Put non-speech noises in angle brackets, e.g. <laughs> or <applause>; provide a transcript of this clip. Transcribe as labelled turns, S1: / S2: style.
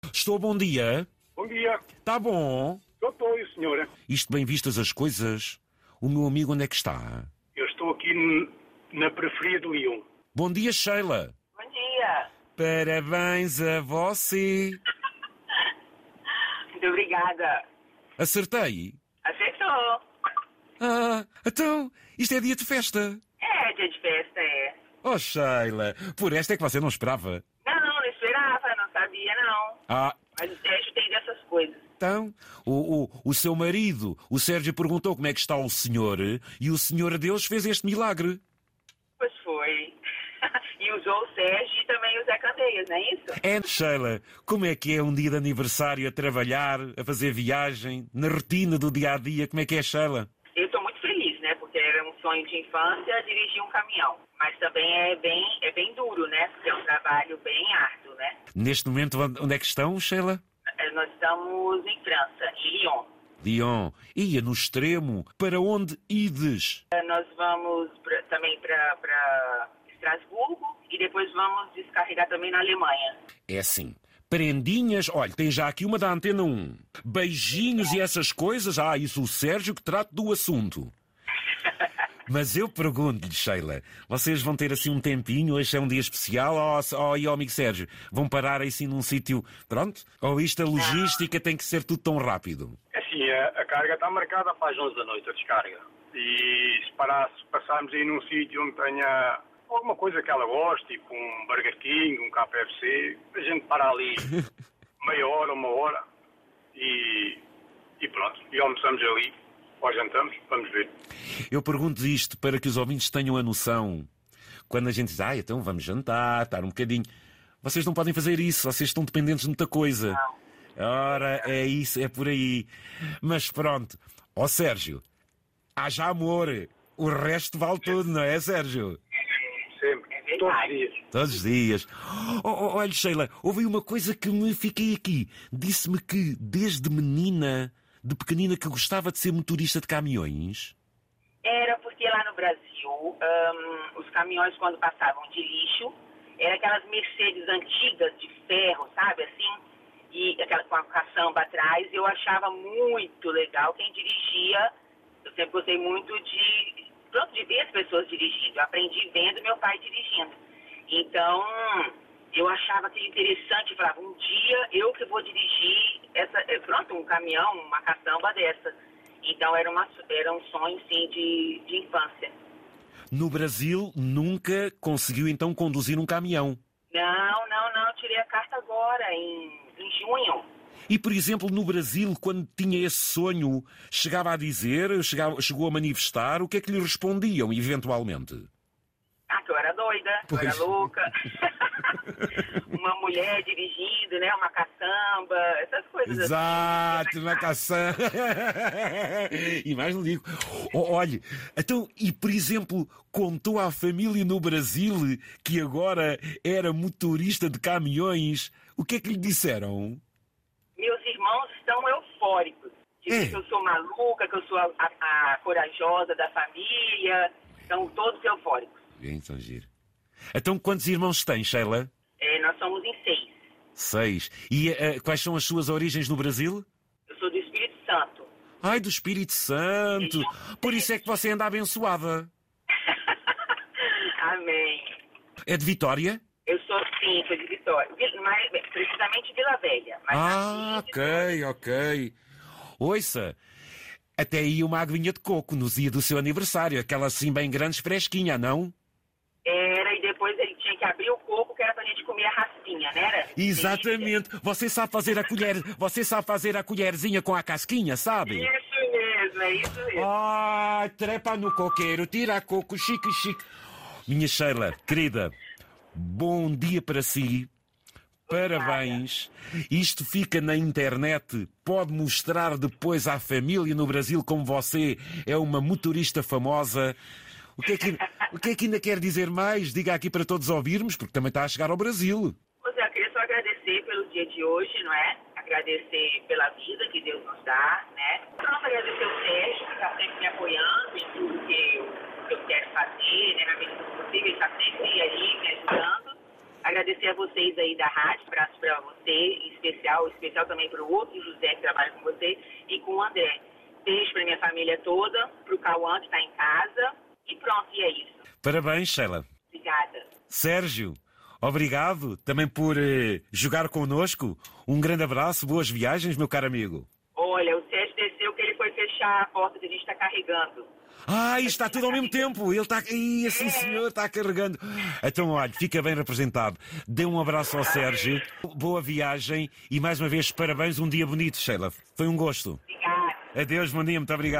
S1: Professor, bom dia.
S2: Bom dia.
S1: Está bom?
S2: Eu estou, e senhora?
S1: Isto bem vistas as coisas. O meu amigo onde é que está?
S2: Eu estou aqui n- na periferia de Lyon.
S1: Bom dia, Sheila.
S3: Bom dia.
S1: Parabéns a você.
S3: Muito obrigada.
S1: Acertei.
S3: Aceitou.
S1: Ah, então, isto é dia de festa.
S3: É, dia de festa, é.
S1: Oh, Sheila, por esta é que você não esperava.
S3: Não, não, não esperava, não sabia, não.
S1: Ah,
S3: Mas o Sérgio tem dessas coisas.
S1: então, o, o, o seu marido, o Sérgio, perguntou como é que está o senhor e o senhor Deus fez este milagre.
S3: Pois foi. <laughs> E usou o Sérgio e também o Zé Candeias, não é isso?
S1: É, Sheila, como é que é um dia de aniversário a trabalhar, a fazer viagem, na rotina do dia a dia? Como é que é, Sheila?
S3: Eu estou muito feliz, né? Porque era um sonho de infância dirigir um caminhão. Mas também é bem, é bem duro, né? Porque é um trabalho bem árduo, né?
S1: Neste momento, onde onde é que estão, Sheila?
S3: Eh, Nós estamos em França, em Lyon.
S1: Lyon, ia no extremo. Para onde ides?
S3: Eh, Nós vamos pra- também para Estrasburgo e depois vamos descarregar também na Alemanha.
S1: É assim. Prendinhas, olha, tem já aqui uma da Antena 1. Beijinhos e essas coisas, ah, isso o Sérgio que trata do assunto. Mas eu pergunto-lhe, Sheila, vocês vão ter assim um tempinho, hoje é um dia especial, ou, ou e ao amigo Sérgio, vão parar assim num sítio, pronto? Ou isto a logística tem que ser tudo tão rápido?
S2: Assim, a, a carga está marcada para as 11 da noite, a descarga. E se, parar, se passarmos aí num sítio onde tenha alguma coisa que ela goste, tipo um Burger King, um KFC, a gente para ali meia hora, uma hora e, e pronto. E almoçamos ali, ou jantamos, vamos ver.
S1: Eu pergunto isto para que os ouvintes tenham a noção. Quando a gente diz, ah, então vamos jantar, estar um bocadinho. Vocês não podem fazer isso, vocês estão dependentes de muita coisa. Ora, é isso, é por aí. Mas pronto. Ó Sérgio, haja amor. O resto vale tudo, não é, Sérgio?
S2: Sempre,
S3: É verdade.
S2: todos os dias.
S1: Todos os dias. Oh, oh, olha, Sheila, ouvi uma coisa que me fiquei aqui. Disse-me que desde menina, de pequenina, que gostava de ser motorista de caminhões.
S3: Era porque lá no Brasil, ahn, os caminhões, quando passavam de lixo, eram aquelas Mercedes antigas de ferro, sabe assim? E aquela com a caçamba atrás. Eu achava muito legal quem dirigia. Eu sempre gostei muito de. Pronto, de ver as pessoas dirigindo. Eu aprendi vendo meu pai dirigindo. Então, eu achava aquilo interessante. Eu falava, um dia eu que vou dirigir essa, eh, pronto, um caminhão, uma caçamba dessa. Então, era, uma, era um sonho, sim, de, de infância.
S1: No Brasil, nunca conseguiu então conduzir um caminhão.
S3: Não, não, não. Tirei a carta agora, em, em junho.
S1: E, por exemplo, no Brasil, quando tinha esse sonho, chegava a dizer, chegava- chegou a manifestar, o que é que lhe respondiam, eventualmente?
S3: Ah, que eu era doida, que eu era
S1: Pois. é. <laughs>
S3: louca. <laughs> uma mulher dirigindo, né? Uma caçamba, essas coisas assim.
S1: Exato, na caçã. <laughs> e mais não digo. O- olhe, então, e por exemplo, contou à família no Brasil que agora era motorista de caminhões, o que é que lhe disseram?
S3: Meus irmãos estão eufóricos. Dizem
S1: É.
S3: que eu sou maluca, que eu sou a, a- a corajosa da família. Estão todos eufóricos.
S1: Então, giro. Então, quantos irmãos tem, Sheila?
S3: É, nós somos em seis.
S1: Seis. E eh, quais são as suas origens no Brasil?
S3: Eu sou do Espírito Santo. <laughs>
S1: Ai, do Espírito Santo! Por isso é que você anda abençoada.
S3: Amém.
S1: É de Vitória?
S3: Eu sou, sim, sou de Vitória. Vi- mas- precisamente Vila Velha. Mas
S1: Ah,
S3: nasci-
S1: ok, ok. Ouça, até aí uma aguinha de coco no dia do seu aniversário, aquela assim bem grande, fresquinha, não?
S3: Era, e depois ele tinha que abrir o corpo, que era pra gente comer a raspinha, né? Era
S1: Exatamente. Você sabe fazer a colher, você sabe fazer a colherzinha com a casquinha, sabe?
S3: delícia. Isso mesmo, é isso mesmo.
S1: Ah, trepa no coqueiro, tira coco, chique, chique. Minha Sheila, querida, bom dia para si. Parabéns. Isto fica na internet. Pode mostrar depois à família no Brasil como você é uma motorista famosa. O que, é que, o que é que ainda quer dizer mais? Diga aqui para todos ouvirmos, porque também está a chegar ao Brasil.
S3: José, eu queria só agradecer pelo dia de hoje, não é? Agradecer pela vida que Deus nos dá, né? Pronto, agradecer o Sérgio, que está sempre me apoiando em tudo tá que eu, que eu quero fazer, né? Na medida do possível, ele está sempre ali me ajudando. Agradecer a vocês aí da rádio, um abraço para você, em especial, em especial também para o outro José que trabalha com você e com o André. Beijo para minha família toda, para o Cauã que está em casa e pronto, e é isso.
S1: Parabéns, Sheila.
S3: Obrigada.
S1: Sérgio, obrigado também por eh, jogar connosco. Um grande abraço, boas viagens, meu caro amigo.
S3: Olha, o Sérgio desceu que ele foi fechar a porta que a gente está carregando.
S1: Ah, isto está tudo ao mesmo tempo. Ele está. Ih, sim, senhor, está carregando. Então, olha, fica bem representado. Dê um abraço ao Sérgio. Boa viagem e mais uma vez parabéns. Um dia bonito, Sheila. Foi um gosto.
S3: Obrigada.
S1: Adeus, bom dia, muito obrigado.